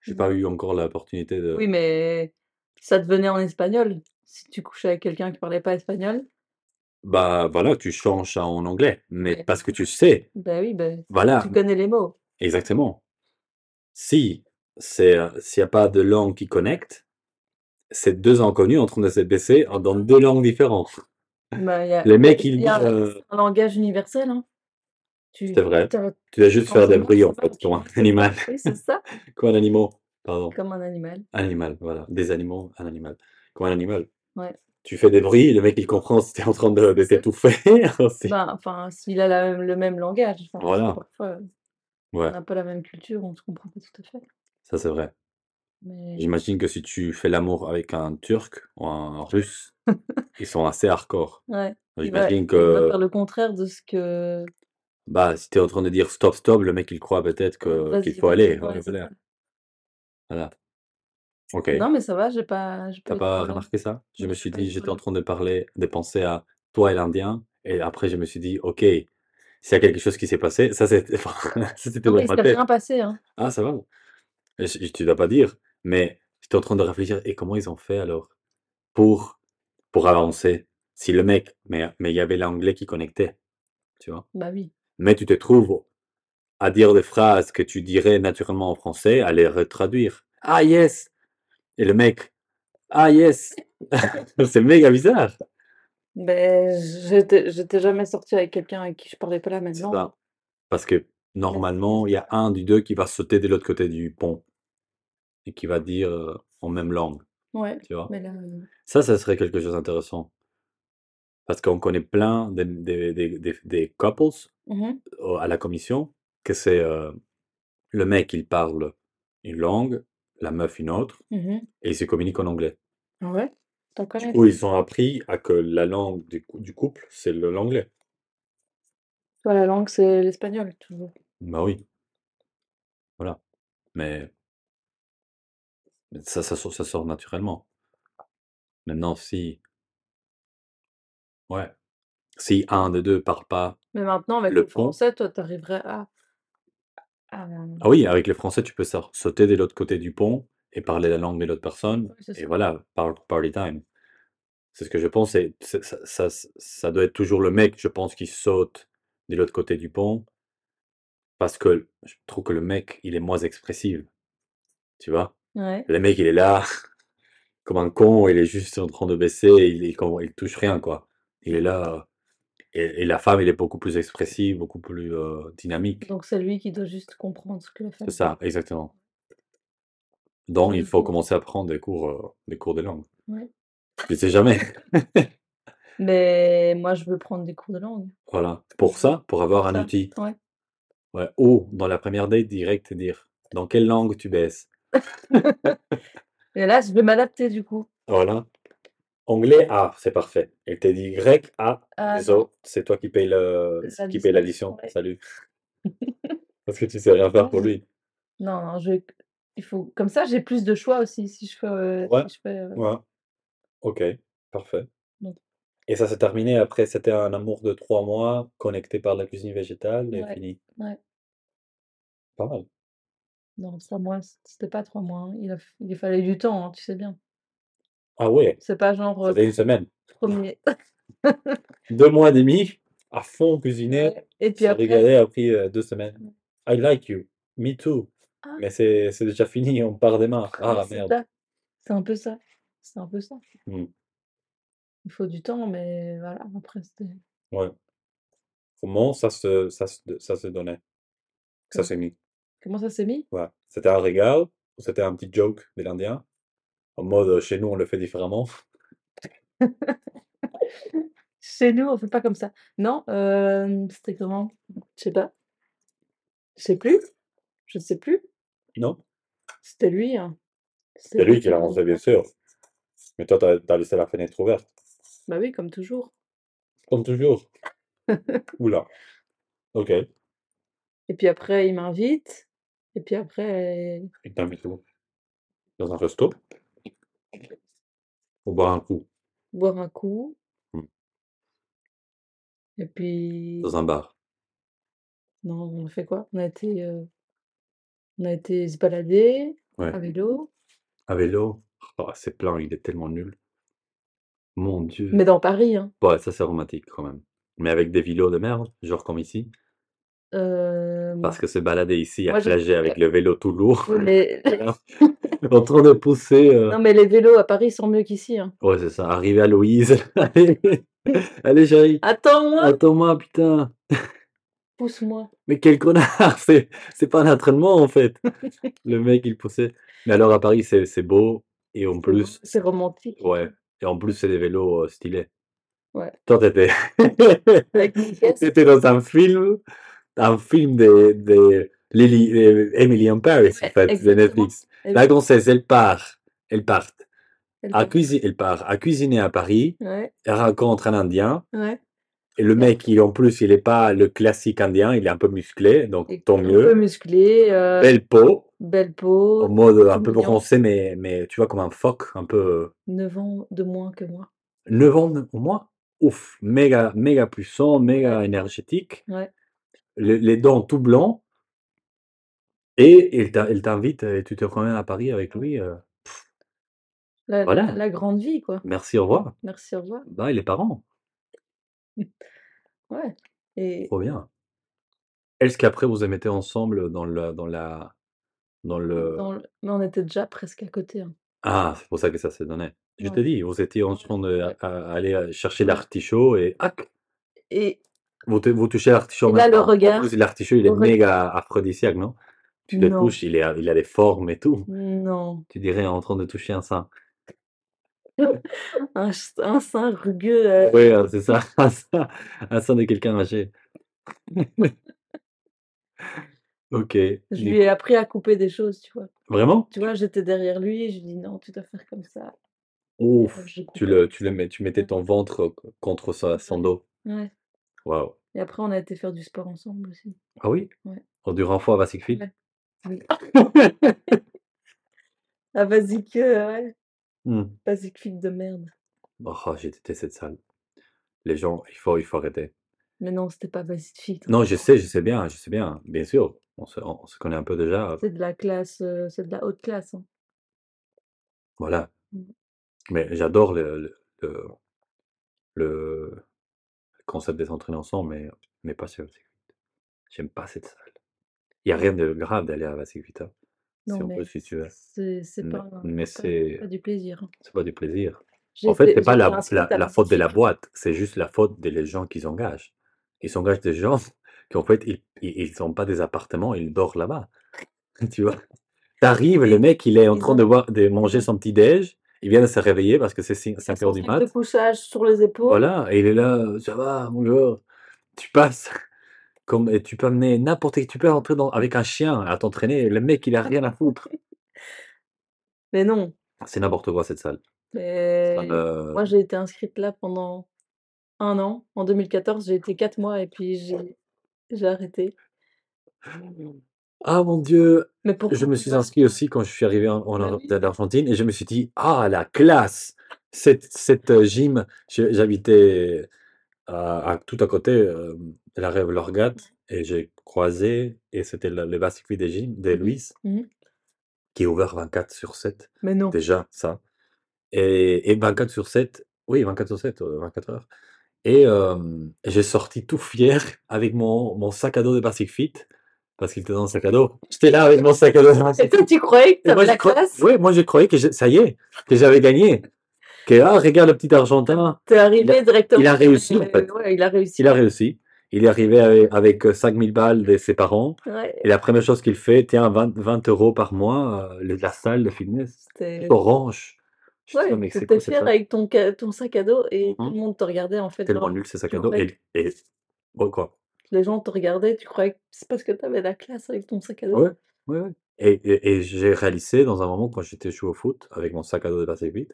J'ai pas
Mhm.
eu encore l'opportunité de.
Oui, mais ça devenait en espagnol. Si tu couchais avec quelqu'un qui parlait pas espagnol.
Bah voilà, tu changes ça en anglais, mais
Ouais.
parce que tu sais,
Ben oui, ben
voilà,
tu connais les mots.
exactement. Si c'est euh, s'il n'y a pas de langue qui connecte, c'est deux inconnus en train de se baisser en- dans deux langues différentes.
[LAUGHS] Ben, y a,
Les mecs, ils
y a
disent,
un,
euh,
un langage universel, hein.
c'est
Tu,
vrai, [LAUGHS]
t'as-
tu dois juste faire des
forcément,
bruits
ça
en
marche.
fait, comme un animal, [LAUGHS]
Oui, c'est ça,
comme un animal, pardon,
comme un animal.
animal, voilà, des animaux, un animal, comme un animal.
Ouais,
Tu fais des bruits, le mec il comprend si t'es en train de,
c'est
de
ça.
t'étouffer. [LAUGHS] c'est-
Ben, enfin, s'il a la même- le même langage, enfin, parce que
Voilà,
parfois, on
ouais,
n'a pas la même culture, on se comprend pas tout à fait.
ça c'est vrai.
Mais
J'imagine que si tu fais l'amour avec un Turc ou un Russe, ils sont assez hardcore.
ouais, [LAUGHS] il va,
J'imagine
il va
que
faire le contraire de ce que.
bah si t'es en train de dire stop stop, le mec il croit peut-être que
Vas-y,
qu'il faut
vas-y,
aller.
ouais,
Ouais,
c'est ça.
voilà. Voilà. Ok.
Non, mais ça va, j'ai pas, j'ai pas
T'as
eu de
pas
problème.
remarqué ça? Je
Non,
me
j'ai
suis
pas eu
dit,
de
j'étais en
problème.
train de parler, de penser à toi et l'Indien, et après je me suis dit, ok, s'il y a quelque chose qui s'est passé, [LAUGHS] ça c'était ça, c'était
Non, mais
dans
il
ma
s'est
tête.
rien passé, hein.
Ah, ça va. Et je- tu dois pas dire, mais j'étais en train de réfléchir, et comment ils ont fait alors pour pour avancer? Si le mec, mais mais il y avait l'anglais qui connectait, tu vois.
Bah oui.
Mais tu te trouves à dire des phrases que tu dirais naturellement en français, à les retraduire. Ah yes! Et le mec, ah yes! [LAUGHS] C'est méga bizarre. Ah.
Ben, j'étais, j'étais jamais sortie avec quelqu'un avec qui je parlais pas la même
C'est
langue.
ça. Parce que
Mais c'est bien
normalement, il y
ça.
a un du deux qui va sauter de l'autre côté du pont et qui va dire euh, en même langue,
Ouais,
tu vois.
mais là, euh,
Ça, ça serait quelque chose d'intéressant. Parce qu'on connaît plein des, des, des, des- des couples
mhm,
au- à la commission que c'est euh, le mec, il parle une langue, la meuf une autre,
mhm.
et ils se communiquent en anglais.
Ah Ouais, t'en
Du
connais.
coup, ils ont appris à que la langue du, cou- du couple, c'est le- l'anglais.
Toi, la langue, c'est l'espagnol, toujours.
Bah oui, voilà. Mais mais ça, ça, sort- ça sort naturellement. Maintenant, si, ouais, si un des deux parle pas
Mais maintenant, avec
le
le
pont,
français, toi, t'arriverais à, à...
ah oui, avec le français, tu peux sa- sauter de l'autre côté du pont et parler la langue de l'autre personne,
Ouais, c'est
et
ça.
voilà, par- party time. C'est ce que je pense, et c'est- ça, ça, ça doit être toujours le mec, je pense, qui saute de l'autre côté du pont, parce que je trouve que le mec, il est moins expressif, tu vois?
Ouais.
Le mec, il est là, [LAUGHS] comme un con, il est juste en train de baisser, il, il, com- il touche rien, quoi. Il est là, et, et la femme, elle est beaucoup plus expressive, beaucoup plus euh, dynamique.
Donc, c'est lui qui doit juste comprendre ce que la
C'est
femme dit.
ça, exactement.
C'est
Donc, il
bien
faut
ça.
commencer à prendre des cours, euh, des cours de langue.
Mmh Ouais.
Je sais jamais.
Mais moi, je veux prendre des cours de langue.
Voilà.
Je [LAUGHS]
Pour
veux-
ça, pour
Pour
avoir un
ça.
outil.
Ouais.
Ouais. Ou, dans la première date, direct, dire dans quelle langue tu baisses.
Et là, je vais m'adapter, du coup.
Voilà. Anglais, ah, c'est parfait. Il t'a dit grec, ah,
Ah non,
désolé, c'est toi qui paye le,
la
qui paye
licence,
l'addition.
ouais. [LAUGHS]
Salut. Parce que tu sais rien faire
Ouais,
pour
je-
lui.
Non, non, je... il faut... comme ça, j'ai plus de choix aussi si je fais. euh,
Ouais.
si je fais euh,
Ouais. Ok. Parfait.
non.
Et ça s'est terminé après, c'était un amour de trois mois, connecté par la cuisine végétale et
Ouais,
fini.
ouais.
Pas mal.
Non, ça, moi, c- c'était pas trois mois. hein. Il a f- il fallait du temps, hein, tu sais bien.
Ah ouais,
C'est pas genre euh,
c'était une semaine.
premier.
Deux mois et demi, à fond cuisiné,
Ouais. Et puis
se
après.
régaler, a pris euh, deux semaines.
Ouais.
I like you, me too.
Ah,
Mais c'est c'est déjà fini, on part demain.
mais
Ah
c'est
merde.
ça. C'est un peu ça. C'est un peu ça.
Hmm,
Il faut du temps, mais voilà, après, c'était.
Ouais. Comment ça se, ça se, ça se donnait? Ça
Comment
s'est mis.
comment ça s'est mis?
Ouais. C'était un régal, ou c'était un petit joke de l'Indien. En mode, euh, chez nous, on le fait différemment.
Chez nous, on fait pas comme ça. Non, euh, c'était comment? Je sais pas. Je sais plus. Je sais plus.
Non?
C'était lui, hein. C'était
C'est
lui
lui qui
qui
l'a
avait.
lancé, bien sûr. Mais toi, t'as, t'as laissé la fenêtre ouverte.
Bah oui, comme toujours. [LAUGHS]
Comme toujours. Oula. Ok.
Et puis après, il m'invite. Et puis après,
Il t'invite où? Dans un resto? Pour boire un coup?
boire un coup.
Hmm.
Et puis,
Dans un bar?
non, on a fait quoi? On a été, euh, on a été se balader
Ouais.
à vélo,
À vélo? Ah, c'est plein, il est tellement nul. Mon Dieu.
mais dans Paris, hein.
Ouais, ça, c'est romantique quand même. Mais avec des vélos de merde, genre comme ici.
Euh,
Parce que se balader ici à
moi, je... [LAUGHS]
Flagey avec le vélo tout lourd,
Oui,
[LAUGHS]
mais...
en train de pousser. euh,
oh, Non, mais les vélos à Paris sont mieux qu'ici, hein.
Ouais, c'est ça. Arriver à Louise. [LAUGHS]
[LAUGHS]
Allez, allez, chérie.
Attends-moi,
Attends-moi, Ah, putain.
pousse-moi.
Mais quel connard. [LAUGHS] C'est, c'est pas un entraînement, en fait.
[LAUGHS]
Le mec, il poussait. Mais alors, à Paris, c'est, c'est beau. Et en
C'est beau,
plus,
c'est romantique.
ouais. Et en plus, c'est des vélos euh, stylés.
Ouais.
Toi, t'étais,
[LAUGHS] Avec une caisse.
[LAUGHS] t'étais dans un film, un film de, de Lily, euh, Emily in Paris, en
Ouais,
fait, de
exactement.
Netflix.
Et
La
oui,
gonzesse, elle part. Elle part.
elle
À
part.
cuisi- elle part à cuisiner à Paris.
Ouais,
Elle rencontre un Indien.
ouais.
Et le
Et
mec, il, en plus, il n'est pas le classique Indien. Il est un peu musclé, donc
et
tant
un peu
mieux.
musclé, euh,
Belle peau,
belle
en
peau,
mode un
tout
peu
mignon.
bronzé, mais, mais tu vois, comme un phoque, un peu
9 ans de moins que moi.
9 ans au moins. Ouf, méga, méga puissant,
Ouais,
méga énergétique.
ouais.
Le- les dents tout blanc. Et il t'in- il t'invite et tu te promènes à Paris avec lui. euh,
La,
voilà.
la grande vie, quoi.
Merci, au revoir.
Merci, au revoir.
Bye, les parents.
Ouais. Et
Trop bien. Est-ce qu'après vous émettez ensemble dans le dans la dans le
dans le- Mais on était déjà presque à côté. hein.
ah c'est pour ça que ça s'est donné. Je
Ouais.
t'ai dit vous étiez en
Ouais.
train de
ouais,
à- à- aller euh, chercher
ouais.
l'artichaut et hac,
Et,
vous te- vous touchez l'artichaut en
et
même
là, le
temps. En plus
regard.
l'artichaut il est
Le regard.
méga aphrodisiaque non? Tu le
Non,
touches il est il a des formes et tout.
non.
Tu dirais en train de toucher un sein.
Un, ch- un sein rugueux. euh,
Oui hein, c'est ça [LAUGHS] un sein, un sein de quelqu'un âgé. [LAUGHS] Ok
Je
du
lui ai appris à couper des choses, tu vois.
vraiment?
Tu vois, j'étais derrière lui et je lui dis non, tu dois faire comme ça. Et hop,
Ouf
je
tu
coupais.
le tu le mets tu mettais
Ouais,
ton ventre euh, contre sa, son
ouais,
dos.
ouais.
Waouh
Et après, on a été faire du sport ensemble aussi.
ah oui?
Ouais.
Oh, du renfort à Siegfried?
ouais. Oui. Ah, vas-y que, ouais.
Hmm.
Vas-y que flic de merde.
Oh, j'ai détesté cette salle. Les gens, il faut, il faut arrêter.
Mais non, c'était pas Basic Fit.
Non, je sais, je sais bien, je sais bien, bien sûr. On se, on se connaît un peu déjà,
C'est de la classe, euh, c'est de la haute classe. hein.
voilà.
Mm.
Mais j'adore le, le, le- le concept des entraîneurs ensemble, mais, mais pas sur Vasic Vita. J'aime pas cette salle. Il n'y a rien de grave d'aller à Vasic Vita,
Non,
si on peut,
mais
si tu veux.
c'est c'est
Mais,
pas,
mais
c'est pas, c'est
c'est,
pas du plaisir. hein.
c'est pas du plaisir.
J'ai
En fait,
été,
c'est pas
j'ai été
la, la,
inscrite à
la faute de
Basic
la
Fit.
boîte, c'est juste la faute des gens qu'ils engagent. Ils engagent des gens [LAUGHS] qui, en fait, ils, ils ils ont pas des appartements, ils dorment là-bas. [LAUGHS] Tu vois? T'arrives, le mec, il est en
Ils
train de,
ont,
voir, de
ils
manger
ont,
son petit déj. Il vient de se réveiller parce que c'est
ils ont
5
son
heures du
sac de
mat.
couchage sur les épaules.
Voilà, et il est là, euh, ça va, bonjour. Tu passes, [LAUGHS] comme, et tu peux amener n'importe qui, tu peux rentrer dans, avec un chien à t'entraîner. Le mec,
Ah,
il a rien à foutre.
Mais non.
C'est n'importe quoi cette salle. Euh, Ça
Mais
me-
moi, j'ai été inscrite là pendant un an. En 2014, j'ai été quatre mois et puis j'ai j'ai arrêté.
Ah mon Dieu,
Mais pour,
je me
tu
suis
vois,
inscrit aussi quand je suis arrivé en, en
bah
Ar-
oui,
en Argentine et je me suis dit, ah la classe, Cette, cette euh, gym, je- j'habitais euh, à, à- tout à côté, euh, la Rêve Lorgat, et j'ai croisé, et c'était le, le bas circuit des gyms, des
Mhm.
Louis,
Mhm.
qui est ouvert 24 sur 7,
Mais non.
déjà, ça. Et, et 24 sur 7, oui, 24 sur 7, euh, 24 heures. Et euh, j'ai sorti tout fier [LAUGHS] avec mon, mon sac à dos de Basic Fit, parce qu'il était dans le sac à dos. [LAUGHS] J'étais là avec mon sac à dos de
Et
Basic
toi,
Fit.
tu croyais que
Et moi,
t'avais
je
la
cro-
classe
ouais, moi, je croyais que j'ai- ça y est, que j'avais gagné. Que ah, regarde le petit Argentin,
T'es
il a,
arrivé directement.
il a réussi en
euh,
fait.
ouais, il a réussi.
Il a réussi. Il est arrivé avec, avec euh, 5000 balles de ses parents. Et
Ouais,
la première chose qu'il fait, tiens, 20, 20 euros par mois, euh, le- la salle de fitness,
t'es-
orange. Je dis,
ouais,
mais c'est
t'étais
quoi cette
fier
salle?
avec ton, ca- ton sac à dos et tout
Mhm.
le monde te regardait en fait.
Tellement
Genre,
nul ces sacs
tu
à dos.
croyais que
Et, et bon, quoi.
les gens te regardaient, tu croyais que c'est parce que t'avais la classe avec ton sac à dos.
Ouais, ouais, ouais. Et, et, et j'ai réalisé dans un moment quand j'étais joué au foot avec mon sac à dos de Pacific vite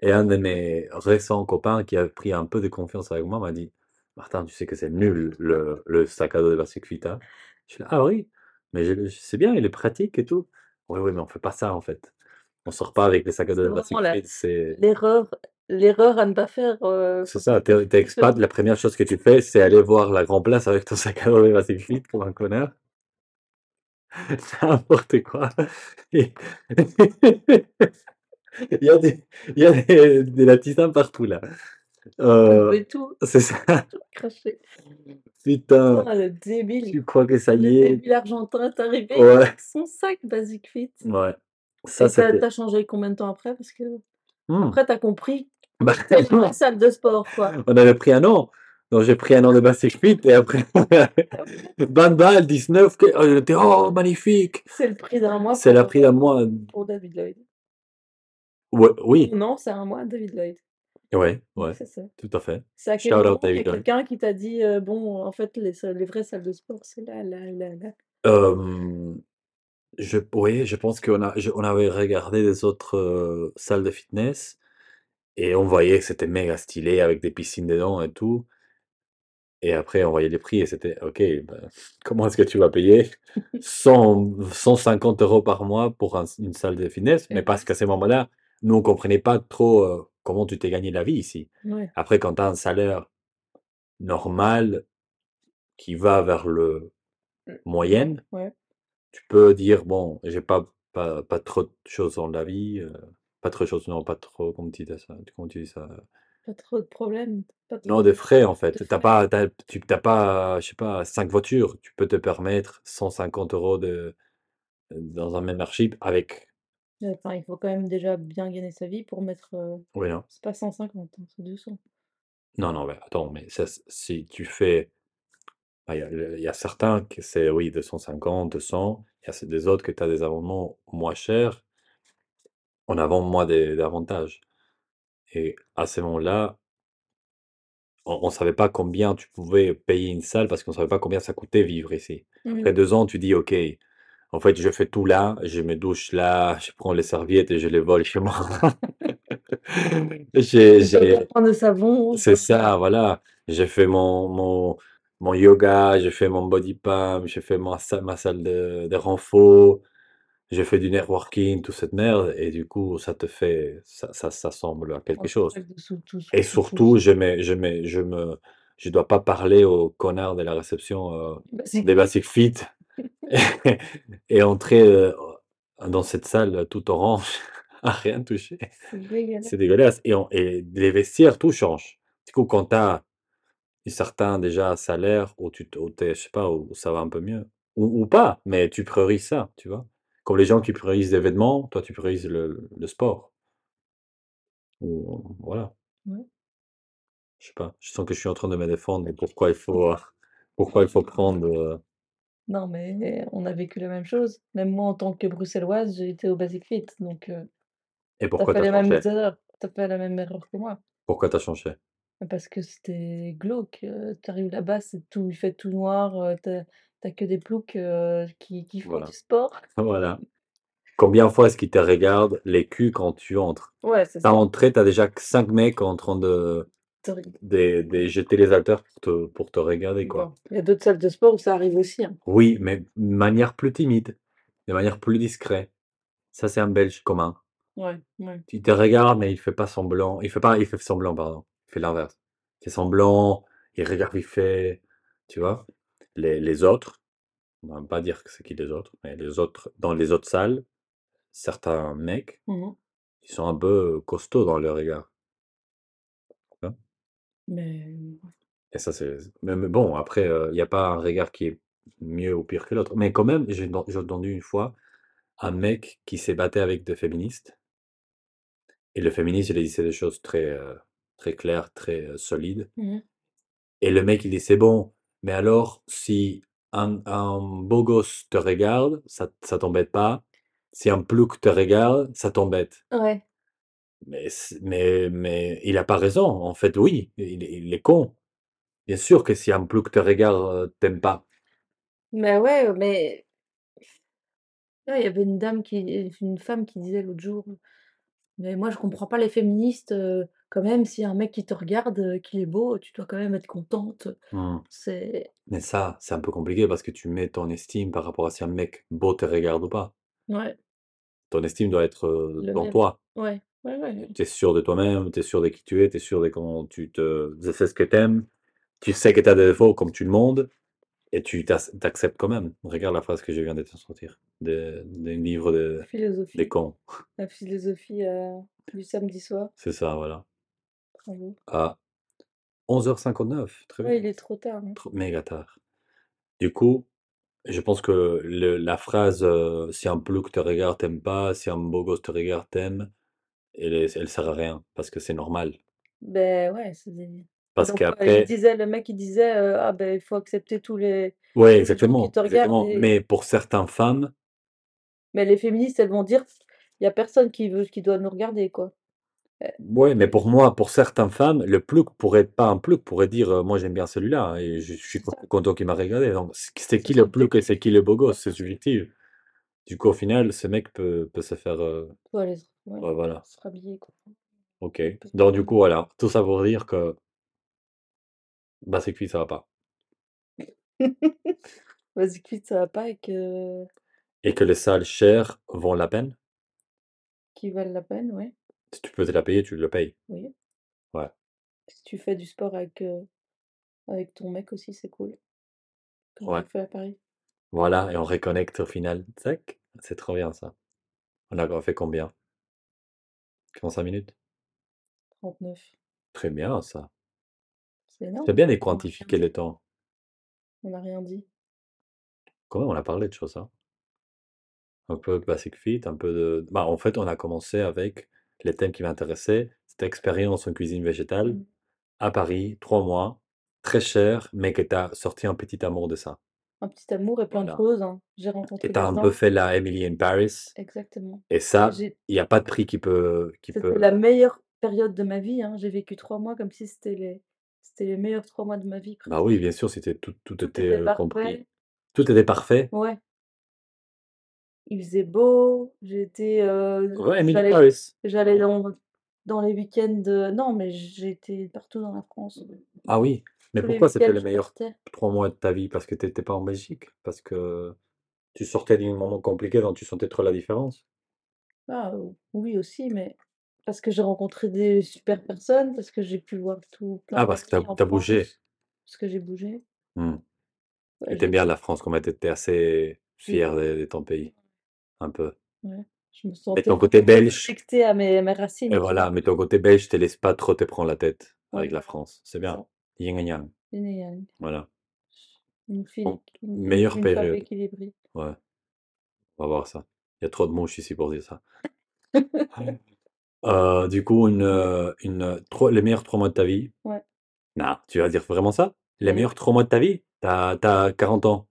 et un de mes récents copains qui a pris un peu de confiance avec moi m'a dit, Martin, tu sais que c'est nul le, le sac à dos de Pacific Fit, hein? Je suis là, ah oui, mais je, je sais bien, il est pratique et tout. Oui, oui, mais on fait pas ça en fait. On sort pas avec les sacs à dos
C'est
de
vraiment
Pacific
la-
Fit, c'est
l'erreur, l'erreur à ne pas faire euh, quand
c'est ça, t'es t'es
tu fais
expat, la première chose que tu fais, c'est aller voir la Grand Place avec ton sac à dos de Pacific Fit pour un connard. [LAUGHS] N'importe quoi. [LAUGHS] Et- Il y a des, il y a des, des latissins partout là.
tu
Euh,
pouvais tout,
c'est ça. [LAUGHS]
tout cracher.
Putain,
Putain, le débile,
tu crois que ça
le
y est?
débile argentin est arrivé
Ouais.
avec son sac Basic Fit.
Ouais. Ça,
Et t'as
c'était.
t'as changé combien de temps après? Parce que
Hmm.
après, t'as compris
Bah,
que c'était la vraie salle de sport, quoi.
[LAUGHS] on avait pris un an. Donc, j'ai pris un an de Basic Fit et après, [LAUGHS] 20 balles, 19. que- oh, j'étais, oh, magnifique.
C'est le prix d'un mois
C'est
pour,
la prix d'un mois.
pour David Lloyd.
Ouais, oui,
Non, c'est un mois, David Lloyd.
ouais,
Oui,
ouais,
c'est ça.
tout à fait.
C'est à quel
Shout out
moment il y a
David Lloyd.
quelqu'un qui t'a dit euh, bon, en fait, les, salles- les vraies salles de sport, c'est là, là, là, là.
Euh, Je, oui, je pense qu'on a, je- on avait regardé des autres euh, salles de fitness et on voyait que c'était méga stylé avec des piscines dedans et tout. Et après, on voyait les prix et c'était, OK, ben, [LAUGHS] comment est-ce que tu vas payer 100, 150 euros par mois pour un- une salle de fitness? Mais
Et
parce qu'à ce moment-là, nous, on comprenait pas trop euh, comment tu t'es gagné la vie ici.
Ouais.
Après, quand tu as un salaire normal qui va vers le
Ouais.
moyen,
Mmh. Ouais.
tu peux dire, bon, j'ai pas, pas, pas trop de choses dans la vie, euh, pas trop de choses, non, pas trop, comment tu dis ça, comment tu dis ça? euh,
Pas trop de problèmes, pas trop
Non, des frais, en
de
fait. T'as
frais.
pas, t'as, tu t'as pas, je sais pas, cinq voitures. Tu peux te permettre 150 euros de, dans un membership avec,
Ouais, Enfin, il faut quand même déjà bien gagner sa vie pour mettre. euh,
oui, hein. non.
c'est pas 150, hein, c'est 200.
Non, non, mais attends, mais ça, si tu fais, ah, il y, a il y a certains que c'est, oui, 250, 200. Il y a des autres que t'as des abonnements moins chers en avant moins des, des avantages. Et à ce moment-là, on ne savait pas combien tu pouvais payer une salle parce qu'on ne savait pas combien ça coûtait vivre ici. Après
Mhm.
deux ans, tu dis, OK, en fait, je fais tout là, je me douche là, je prends les serviettes et je les vole chez moi. [LAUGHS] J'ai-
Je vais
j'ai-
pas prendre de savon. je
C'est
vais-
ça, voilà. J'ai fait mon, mon, mon yoga, j'ai fait mon body pump, j'ai fait ma, sa- ma salle de, de renfo, j'ai fait du networking, toute cette merde. Et du coup, ça te fait, ça, ça, ça semble à quelque
prendre
chose.
un sac de sous- tout,
Et
tout, tout.
surtout, je me, je me, je me, je dois pas parler au connard de la réception euh,
[LAUGHS] Bah, c'est
des Basic Fit [LAUGHS] et entrer euh, dans cette salle euh, tout orange [LAUGHS] à rien toucher.
[LAUGHS] c'est dégueulasse.
C'est dégueulasse. Et, on- et les vestiaires, tout change. Du coup, quand tu as un certain déjà salaire où tu te- où t'es, je sais pas, où ça va un peu mieux, ou, ou pas, mais tu priorises ça, tu vois. Comme les gens qui priorisent des vêtements, toi tu priorises le, le sport. Ou, voilà.
Ouais.
Je sais pas, je sens que je suis en train de me défendre et pourquoi il faut, euh, pourquoi il faut prendre. euh,
Non, mais on a vécu la même chose. Même moi, en tant que bruxelloise, j'ai été au Basic Fit. Donc, euh,
et
t'as
pourquoi
fait
t'as
les mêmes
changé?
erreurs. T'as fait la même erreur que moi.
Pourquoi t'as changé? [LAUGHS]
Parce que c'était glauque. euh, T'arrives là-bas, c'est tout, il fait tout noir. euh, T'as t'as que des ploucs euh, qui, qui font du
Voilà.
sport.
Voilà. Combien de fois est-ce qu'ils te regardent les culs quand tu entres?
Ouais, c'est
T'as
ça.
entré, t'as déjà que cinq mecs en train de,
Terrible.
de, de jeter les haltères pour te, pour te regarder, quoi.
Bon, il y a d'autres salles de sport où ça arrive aussi. hein.
Oui, mais de manière plus timide, de manière plus discrète. Ça, c'est un Belge commun.
Ouais, ouais.
Il te regarde, mais il fait pas semblant. Il fait pas, il fait semblant, pardon. Il fait l'inverse. Il fait semblant, il regarde il fait, tu vois. Les, les autres, on va pas dire que c'est qui les autres, mais les autres, dans les autres salles, certains mecs,
Mhm.
ils sont un peu costauds dans leur regard.
Mais
Et ça, c'est. Mais mais bon, après, euh, il n'y a pas un regard qui est mieux ou pire que l'autre. Mais quand même, j'ai ent- j'ai entendu une fois un mec qui s'est battu avec des féministes. Et le féministe, il disait des choses très, euh, très claires, très euh, solides.
Mhm.
Et le mec, il dit, c'est bon, mais alors, si un, un beau gosse te regarde, ça, ça t'embête pas. Si un plouc te regarde, ça t'embête.
ouais,
Mais, c'est- mais, mais il a pas raison. En fait, oui, il, il est con. Bien sûr que si un plouc te regarde, euh, t'aimes pas.
mais Bah, ouais, mais Ouais, il y avait une dame qui, une femme qui disait l'autre jour, mais moi je comprends pas les féministes. euh, quand même, si un mec qui te regarde, euh, qu'il est beau, tu dois quand même être contente.
Hmm.
C'est
Mais ça, c'est un peu compliqué parce que tu mets ton estime par rapport à si un mec beau te regarde ou pas.
ouais,
Ton estime doit être euh,
le
dans
même.
toi.
Ouais, ouais, ouais.
T'es sûr de toi-même, t'es sûr de qui tu es, t'es sûr de comment tu te, de ce que t'aimes. Tu sais que t'as des défauts comme tout le monde et tu t'ac- t'acceptes quand même. Regarde la phrase que je viens de te sortir de- d'un livre de, des
Philosophie,
cons.
la philosophie euh, du samedi soir.
C'est ça, voilà.
Bravo.
À 11h59, très
Ouais,
bien.
il est trop tard. hein.
Trop- Méga tard. Du coup, Je pense que le- la phrase euh, si un plouc te regarde, t'aimes pas, si un beau gosse te regarde, t'aimes, elle, est- elle sert à rien parce que c'est normal.
Ben ouais, c'est des-
Parce
Donc euh, il
qu'après,
disait, le mec il disait, euh, ah ben il faut accepter tous les,
ouais,
tous les gens qui
exactement,
te regardent.
exactement.
Et...
Mais pour certaines femmes,
Mais les féministes, elles vont dire, il y a personne qui veut, qui doit nous regarder quoi. Euh,
ouais, mais pour moi, pour certaines femmes, le plouc pourrait être pas un plouc, pourrait dire euh, moi j'aime bien celui-là et je, je suis
C'est ça,
content qu'il m'a regardé. Donc c'est c'est
c'est
qui le plouc et
subjectif.
c'est qui le beau
Ouais,
gosse, c'est
c'est ça.
subjectif. Du coup, au final, ce mec peut, peut se faire. euh,
Faut aller se, ouais,
ouais, voilà,
se rhabiller, quoi.
ok.
Parce que-
Donc du coup, voilà, tout ça pour dire que bah, c'est cuit, ça va pas.
Vas-y, quitte, ça va pas et que...
et que les salles chères vont la peine,
qui valent la peine, ouais.
si tu peux te la payer, tu le payes.
Oui.
Ouais.
Si tu fais du sport avec, euh, avec ton mec aussi, c'est cool. Comme j'ai
Ouais.
fait à Paris.
Voilà, et on reconnecte au final. Tac. C'est trop bien ça. On a fait combien 45 minutes
39.
Très bien ça.
Ah C'est
C'est
énorme.
bien
On n'a
de
rien
quantifier
dit.
le temps.
On n'a rien dit.
Quand même, on a parlé de choses. Hein. Un peu de Basic Fit, un peu de. Bah, en fait, on a commencé avec les thèmes qui m'intéressaient. Cette expérience en cuisine végétale
Mm.
à Paris, trois mois, très cher, mais que t'as sorti un petit amour de ça.
Un petit amour et plein de
Voilà.
choses. hein. J'ai
Et
rencontré
t'as
des
un peu
gens.
fait Ah, la Emily in Paris.
Exactement.
Et ça,
J'ai...
il n'y a pas de prix qui peut, qui
C'était
peut.
la meilleure période de ma vie. hein. J'ai vécu trois mois comme si c'était les... c'était les meilleurs trois mois de ma vie,
Bah
presque.
oui, bien sûr, c'était tout, tout
Tout
était
était
euh, compris.
parfait.
Tout était parfait.
Ouais. il faisait beau, j'étais, euh,
Ouais, ah, Emily in
j'allais,
Paris.
j'allais dans, dans les week-ends. euh, non, mais j'étais partout dans la France.
Ah oui. Mais
Tous les
pourquoi c'était
week-ends,
les
je
meilleurs
partais.
trois mois de ta vie? Parce que tu n'étais pas en Belgique? Parce que tu sortais d'un moment compliqué dont tu sentais trop la différence?
Ah, ou- oui aussi, mais parce que j'ai rencontré des super personnes, parce que j'ai pu voir tout plein
Ah,
de
parce que tu
pays en
as, bougé.
France, parce que j'ai bougé.
Hmm.
Ouais,
Et t'aimes
j'ai,
bien la France, comme tu étais assez
j'ai-
fier de, de ton pays, un peu.
ouais, je me
Mais
sentais
ton côté belge,
connectée à mes, à mes
et
racines, tu
voilà,
vois.
mais ton côté belge te laisse pas trop te prendre la tête avec
Ouais,
la France. C'est
c'est
bien.
ça.
Yin et yang.
Yin et yang.
Voilà.
Une fille,
Donc,
équ- une, une-
meilleure
une femme
période.
équilibrée.
Ouais. On va voir ça. Il y a trop de mouches ici pour dire ça. Euh, du coup, une, euh, une, euh, trois- les meilleurs trois mois de ta vie.
Ouais,
Non, tu vas dire vraiment ça? Les
bah oui.
meilleurs trois mois de ta vie? T'as, t'as 40 ans.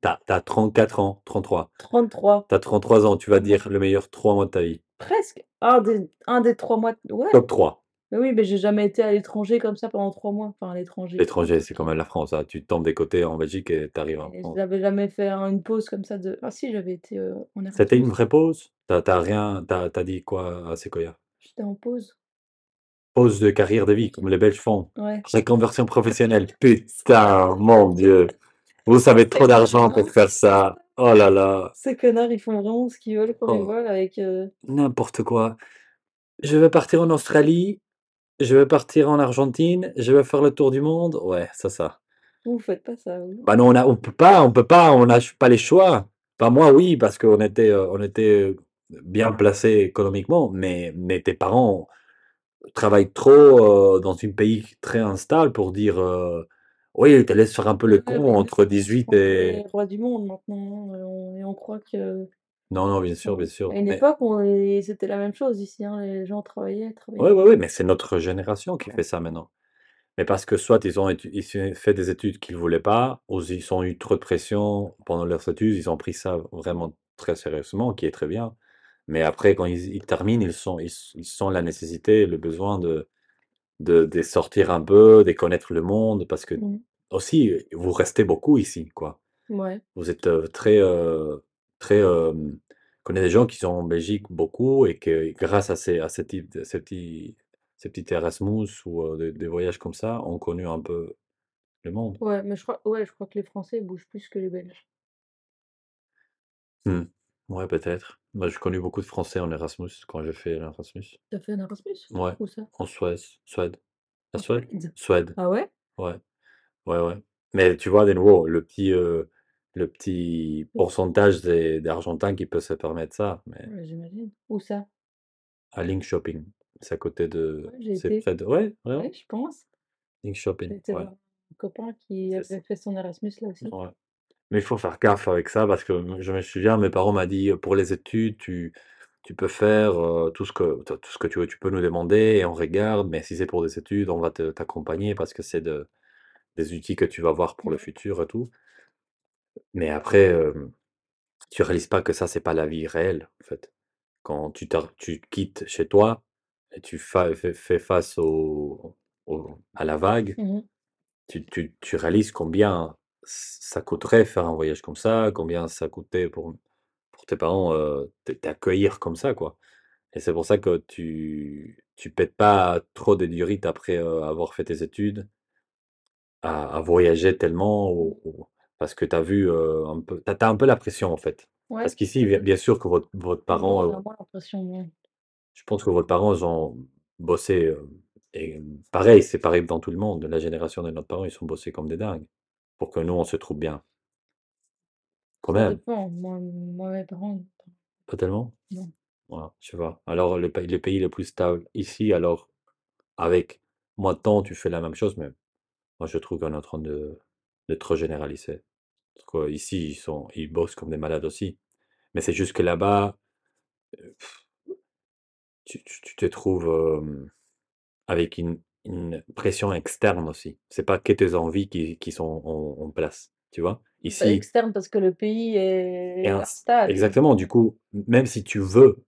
T'as, t'as 34 ans. 33.
33.
T'as 33 ans. Tu vas
Ouais.
dire le meilleur trois mois de ta vie.
Presque. Un des, un des trois mois. de- Ouais.
Top 3.
Mais oui, mais j'ai jamais été à l'étranger comme ça pendant trois mois. Enfin, à l'étranger.
L'étranger, c'est quand même la France. hein. Tu tombes des côtés en Belgique et t'arrives en
Et Je
France.
n'avais jamais fait hein, une pause comme ça de. Ah si, j'avais été euh, en
C'était
Erasmus.
une vraie pause? T'as, t'as rien, t'as, t'as dit quoi à Sequoia?
J'étais en pause.
Pause de carrière de vie,
Ok.
comme les Belges font. [LAUGHS]
Ouais.
Réconversion professionnelle. Putain, mon Dieu. Vous avez
C'est
trop d'argent
exactement
pour faire ça. Oh là là,
Ces connards, ils font vraiment ce qu'ils veulent quand ils
Oh.
volent avec. euh,
n'importe quoi. Je vais partir en Australie, je vais partir en Argentine, je vais faire le tour du monde. Ouais, ça, ça.
Vous faites pas ça. vous.
Bah non, on a, on peut pas, on peut pas, on n'a pas les choix. Enfin, moi, oui, parce qu'on était, euh, on était euh, bien placé économiquement, mais, mais tes parents travaillent trop euh, dans un pays très instable pour dire, euh, oui, ils te laissent faire un peu le
Ouais,
con
mais
entre
On
18
est
et...
roi du monde maintenant, hein, et on, et on croit que.
Non, non, bien sûr, bien sûr.
À une
Mais,
époque, on- et c'était la même chose ici. hein, les gens travaillaient,
ouais,
travaillaient.
ouais, ouais, mais c'est notre génération qui
Ouais.
fait ça maintenant. Mais parce que soit ils ont étu- ils ont fait des études qu'ils voulaient pas, ou ils ont eu trop de pression pendant leurs études, ils ont pris ça vraiment très sérieusement, qui est très bien. Mais après, quand ils, ils terminent, ils sont, ils, ils sont la nécessité, le besoin de, de, de sortir un peu, de connaître le monde, parce que
Mhm.
aussi, vous restez beaucoup ici, quoi.
Ouais.
Vous êtes euh, très, euh, très, euh, je connais des gens qui sont en Belgique beaucoup et que grâce à ces, à ces types, de- ces petits, ces petits Erasmus ou euh, des, des voyages comme ça, ont connu un peu le monde.
Ouais, mais je crois, ouais, je crois que les Français bougent plus que les Belges.
Hmm. Ouais, peut-être. Moi, j'ai connu beaucoup de Français en Erasmus quand j'ai fait l'Erasmus.
T'as fait un Erasmus?
Ouais,
Ou ça?
en Suède, Suède. La
En
Suède?
Suède?
Suède.
Ah ouais?
Ouais, ouais, ouais. Mais tu vois, de nouveau, le petit, euh, le petit pourcentage des, des Argentins qui peut se permettre ça, mais
Ouais, j'imagine. Où ça?
à Link Shopping, c'est à côté de,
Ouais, j'ai
c'est
été.
près de, ouais,
Ouais,
vraiment,
je pense.
Link Shopping,
J'ai été
ouais,
voir un copain qui
c'est ça.
avait fait son Erasmus là aussi.
Ouais. Mais il faut faire gaffe avec ça parce que je me souviens, mes parents m'ont dit euh, pour les études, tu, tu peux faire euh, tout ce que, tout ce que tu veux, tu peux nous demander et on regarde, mais si c'est pour des études, on va te- t'accompagner parce que c'est de- des outils que tu vas avoir pour le
Ouais.
futur et tout. Mais après, euh, tu réalises pas que ça, c'est pas la vie réelle, en fait. Quand tu, t'ar- tu quittes chez toi et tu fa- fais, fais face au, au- à la vague,
Mhm.
tu, tu- tu réalises combien ça coûterait faire un voyage comme ça, combien ça coûtait pour, pour tes parents euh, t- t'accueillir comme ça, quoi. Et c'est pour ça que tu, tu pètes pas trop de durite après euh, avoir fait tes études à, à voyager tellement ou- ou- parce que tu as vu euh, un peu, t'as, t'as un peu la pression en fait.
Ouais,
Parce qu'ici,
c'est
bien
ça.
bien sûr que votre,
Ils
votre
ont
parent, euh,
vraiment l'impression. ouais.
je pense que votre parents ils ont bossé, euh, et pareil, c'est pareil dans tout le monde, la génération de notre parents, ils sont bossés comme des dingues pour que nous, on se trouve bien. Quand
Ça
même,
dépend. Moi, moi, mes parents,
pas tellement.
non.
Voilà, je vois. Alors, le, pa- le pays le plus stable ici, alors avec moins de temps, tu fais la même chose, mais moi, je trouve qu'on est en train de, de trop généraliser. Parce que ici, ils sont, ils bossent comme des malades aussi. Mais c'est juste que là-bas, euh, pff, tu, tu- tu te trouves euh, avec une, une pression externe aussi. C'est pas que tes envies qui, qui sont en, en place, tu vois.
Pas
Ici,
Externe parce que le pays
et
est
un-
instable.
exactement, du coup, même si tu veux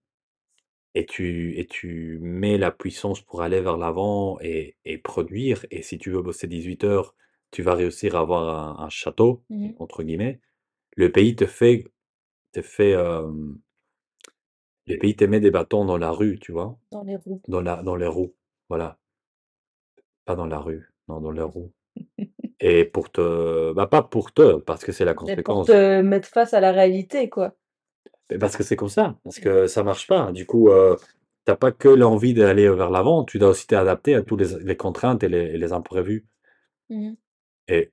et tu, et tu mets la puissance pour aller vers l'avant et, et produire, et si tu veux bosser 18 heures, tu vas réussir à avoir un, un château,
Mhm.
entre guillemets, le pays te fait, te fait euh, le pays te met des bâtons dans la rue, tu vois.
Dans les roues.
dans la dans les roues voilà pas dans la rue non dans
[LAUGHS]
les roues et pour te bah pas pour te parce que c'est la
Mais pour
conséquence
te mettre face à la réalité, quoi.
mais parce que c'est comme ça parce
Ouais.
que ça marche pas du coup euh, t'as pas que l'envie d'aller vers l'avant tu dois aussi t'adapter à toutes les, les contraintes et les, et les imprévus Mmh
Mhm.
et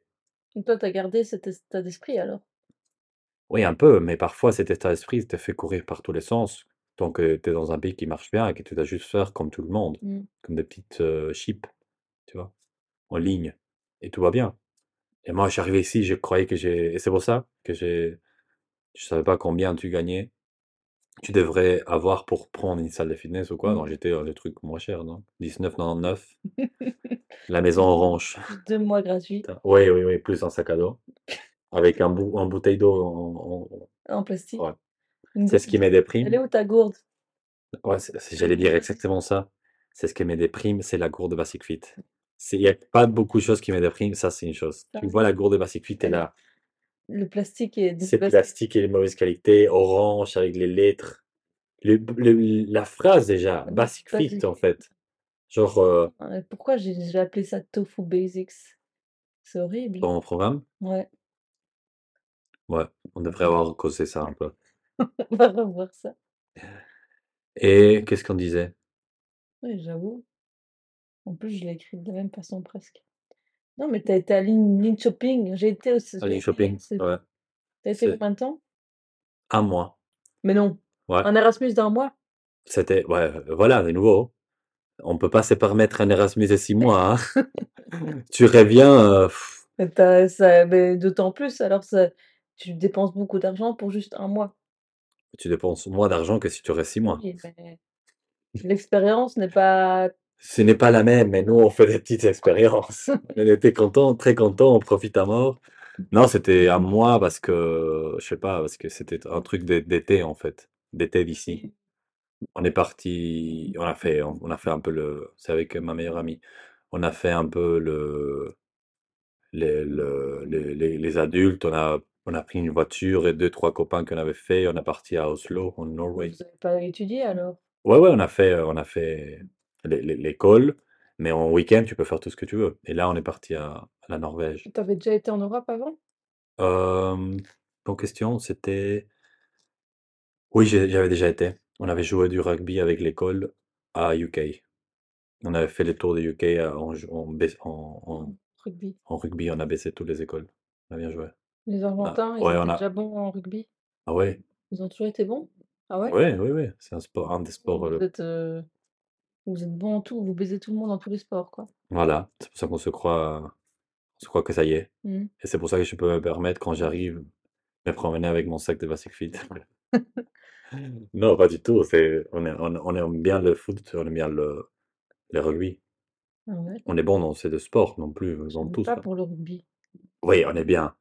Donc Toi, t'as gardé cet état d'esprit alors.
oui un peu mais parfois cet état d'esprit te fait courir par tous les sens donc tu t'es dans un pays qui marche bien et que tu dois juste faire comme tout le monde
Mhm.
comme des petites euh, chips tu vois en ligne et tout va bien Et moi, je suis arrivé ici, je croyais que j'ai. Et c'est pour ça que j'ai. Je savais pas combien tu gagnais. Tu devrais avoir pour prendre une salle de fitness ou quoi. Non,
Mhm.
j'étais dans des trucs moins chers, non? 19,99. La maison orange.
Deux mois gratuits
Putain. Oui, oui, oui, plus un sac à dos. Avec un bou un bouteille d'eau en,
en
en-
plastique.
Ouais.
Une
C'est
gourde.
ce qui met
Elle est
déprime.
où ta gourde?
Ouais, c'est- c'est- j'allais dire exactement ça. C'est ce qui met déprime, c'est la gourde de Basic Fit. Il n'y a pas beaucoup de choses qui me dépriment, ça c'est une chose.
Ah
Tu
oui.
vois la gourde de Basic Fit, est
Elle est-
là.
Le plastique est
C'est
dégueulasse.
plastique et de mauvaise qualité, orange avec les lettres. Le- le- la phrase déjà, basic fit
Basique.
en fait. Genre euh,
Euh, Pourquoi j'ai j'ai appelé ça Tofu Basics? C'est horrible.
dans mon programme,
Ouais.
Ouais, on devrait avoir causé ça un peu.
[LAUGHS] On va revoir ça.
Et qu'est-ce qu'on disait?
Ouais, j'avoue. En plus, je l'ai écrite de la même façon presque. Non, mais t'as été à Lin Lin Shopping. J'ai été aussi.
Ah, Link shopping,
c'est-
ouais.
T'as été
C'est
combien de temps?
un mois.
Mais non.
Ouais,
Un Erasmus d'un mois.
c'était, ouais, euh, voilà, de nouveau. On peut pas se permettre un Erasmus de six mois, hein. Tu reviens, euh, pff,
Mais t'as- ça- mais d'autant plus, alors ça, tu dépenses beaucoup d'argent pour juste un mois.
tu dépenses moins d'argent que si tu restes six mois.
Oui,
[LAUGHS]
mais l'expérience n'est pas.
Ce n'est pas la même, mais nous, on fait des petites expériences. On était contents, très contents, on profite à mort. Non, c'était un mois parce que, je sais pas, parce que c'était un truc d'é- d'été, en fait. D'été d'ici.
Oui.
On est parti, on a fait, on on a fait un peu le, c'est avec ma meilleure amie. On a fait un peu le, les, le- les, les- les adultes, on a, on a pris une voiture et deux, trois copains qu'on avait fait, on est parti à Oslo, en
Vous
Norvège.
n'avez pas étudié alors?
Ouais, ouais, on a fait, on a fait l'é- l'é- l'école, mais en week-end, tu peux faire tout ce que tu veux. Et là, on est parti à, à la Norvège.
T'avais déjà été en Europe avant?
Euh, ton question, c'était... Oui, j'ai- j'y avais déjà été. On avait joué du rugby avec l'école à UK. On avait fait les tours de UK à- en, jou- en, bais- en, en-
Rugby.
en rugby, on a baissé toutes les écoles. On a bien joué.
Les
On a-
Argentins, ils
Bah, ouais, on
étaient
a...
déjà bons en rugby.
Ah ouais,
Ils ont toujours été bons? Ah ouais?
ouais, ouais, ouais. C'est un sport, un des sports...
Vous
le-
êtes, euh, vous êtes bons en tout, vous baisez tout le monde dans tous les sports, quoi.
Voilà, c'est pour ça qu'on se croit, on se croit que ça y est.
Mhm.
Et c'est pour ça que je peux me permettre, quand j'arrive, me promener avec mon sac de Basic Fit. Non, pas du tout. C'est, on, est- on, on aime bien le foot, on aime bien le, le rugby.
Ah ouais.
On est bon dans ces deux sports non plus,
Je
dans
savais
tous. hein.
pas
quoi.
pour le rugby.
Oui, on est bien.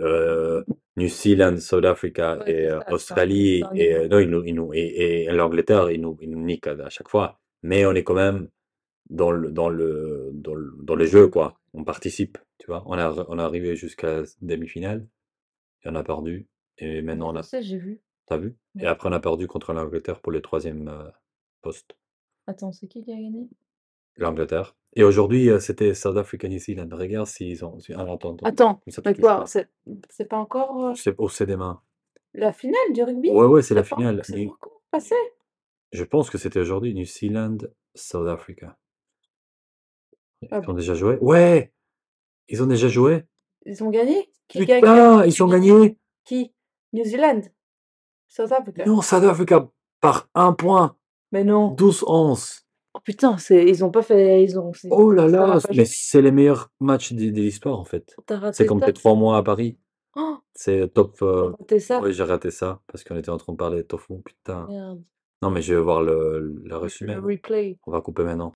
Euh, New Zealand, South Africa
Ouais,
et
c'est
euh,
ça, c'est un, c'est
Australie
un
et,
niveau.
euh, non, ils nous, ils nous- et, et l'Angleterre, ils nous, ils nous niquent à à chaque fois. Mais on est quand même dans le, dans le, dans le, dans le
Dans
jeu,
le-
quoi. On participe, tu vois. On a, on est arrivé jusqu'à la demi-finale et on a perdu. Et
Ouais,
maintenant, on
je
a,
sais, j'ai vu.
t'as vu? Et
Ouais.
après, on a perdu contre l'Angleterre pour le troisième euh, poste.
Attends, c'est qui qui a gagné?
L'Angleterre. Et aujourd'hui, euh, c'était South Africa, New Zealand. Regarde s'ils ont. si- Ah, attends, attends.
Attends,
Comme ça, tu
mais
touches
quoi,
pas.
c'est c'est pas encore euh,
C'est oh, c'est demain.
la finale du rugby?
Ouais, ouais, c'est la
C'est pas,
finale.
c'est pas
New-
encore passé?
Je pense que c'était aujourd'hui New Zealand, South Africa.
Ah
Ils
bon.
ont déjà joué? Ouais! Ils ont déjà joué?
Ils ont gagné? Qui a qui a-
Putain,
qui
ils
a
ont
gagné?
gagné!
Qui? New Zealand? South Africa?
Non, South Africa par un point.
Mais non.
12-11.
Oh putain, c'est ils ont pas fait ils ont c'est-
Oh là
ça va
là,
pas
mais
jouer.
c'est les meilleurs matchs de, de l'histoire en fait.
T'as
C'est
raté
comme
ça.
tes trois mois à Paris.
Oh,
C'est top.
t'as
euh,
raté ça.
Ouais, j'ai raté ça parce qu'on était en train de parler de tofu. Putain.
Merde.
Non, mais je vais voir le, le
Le
résumé.
replay.
On va couper maintenant.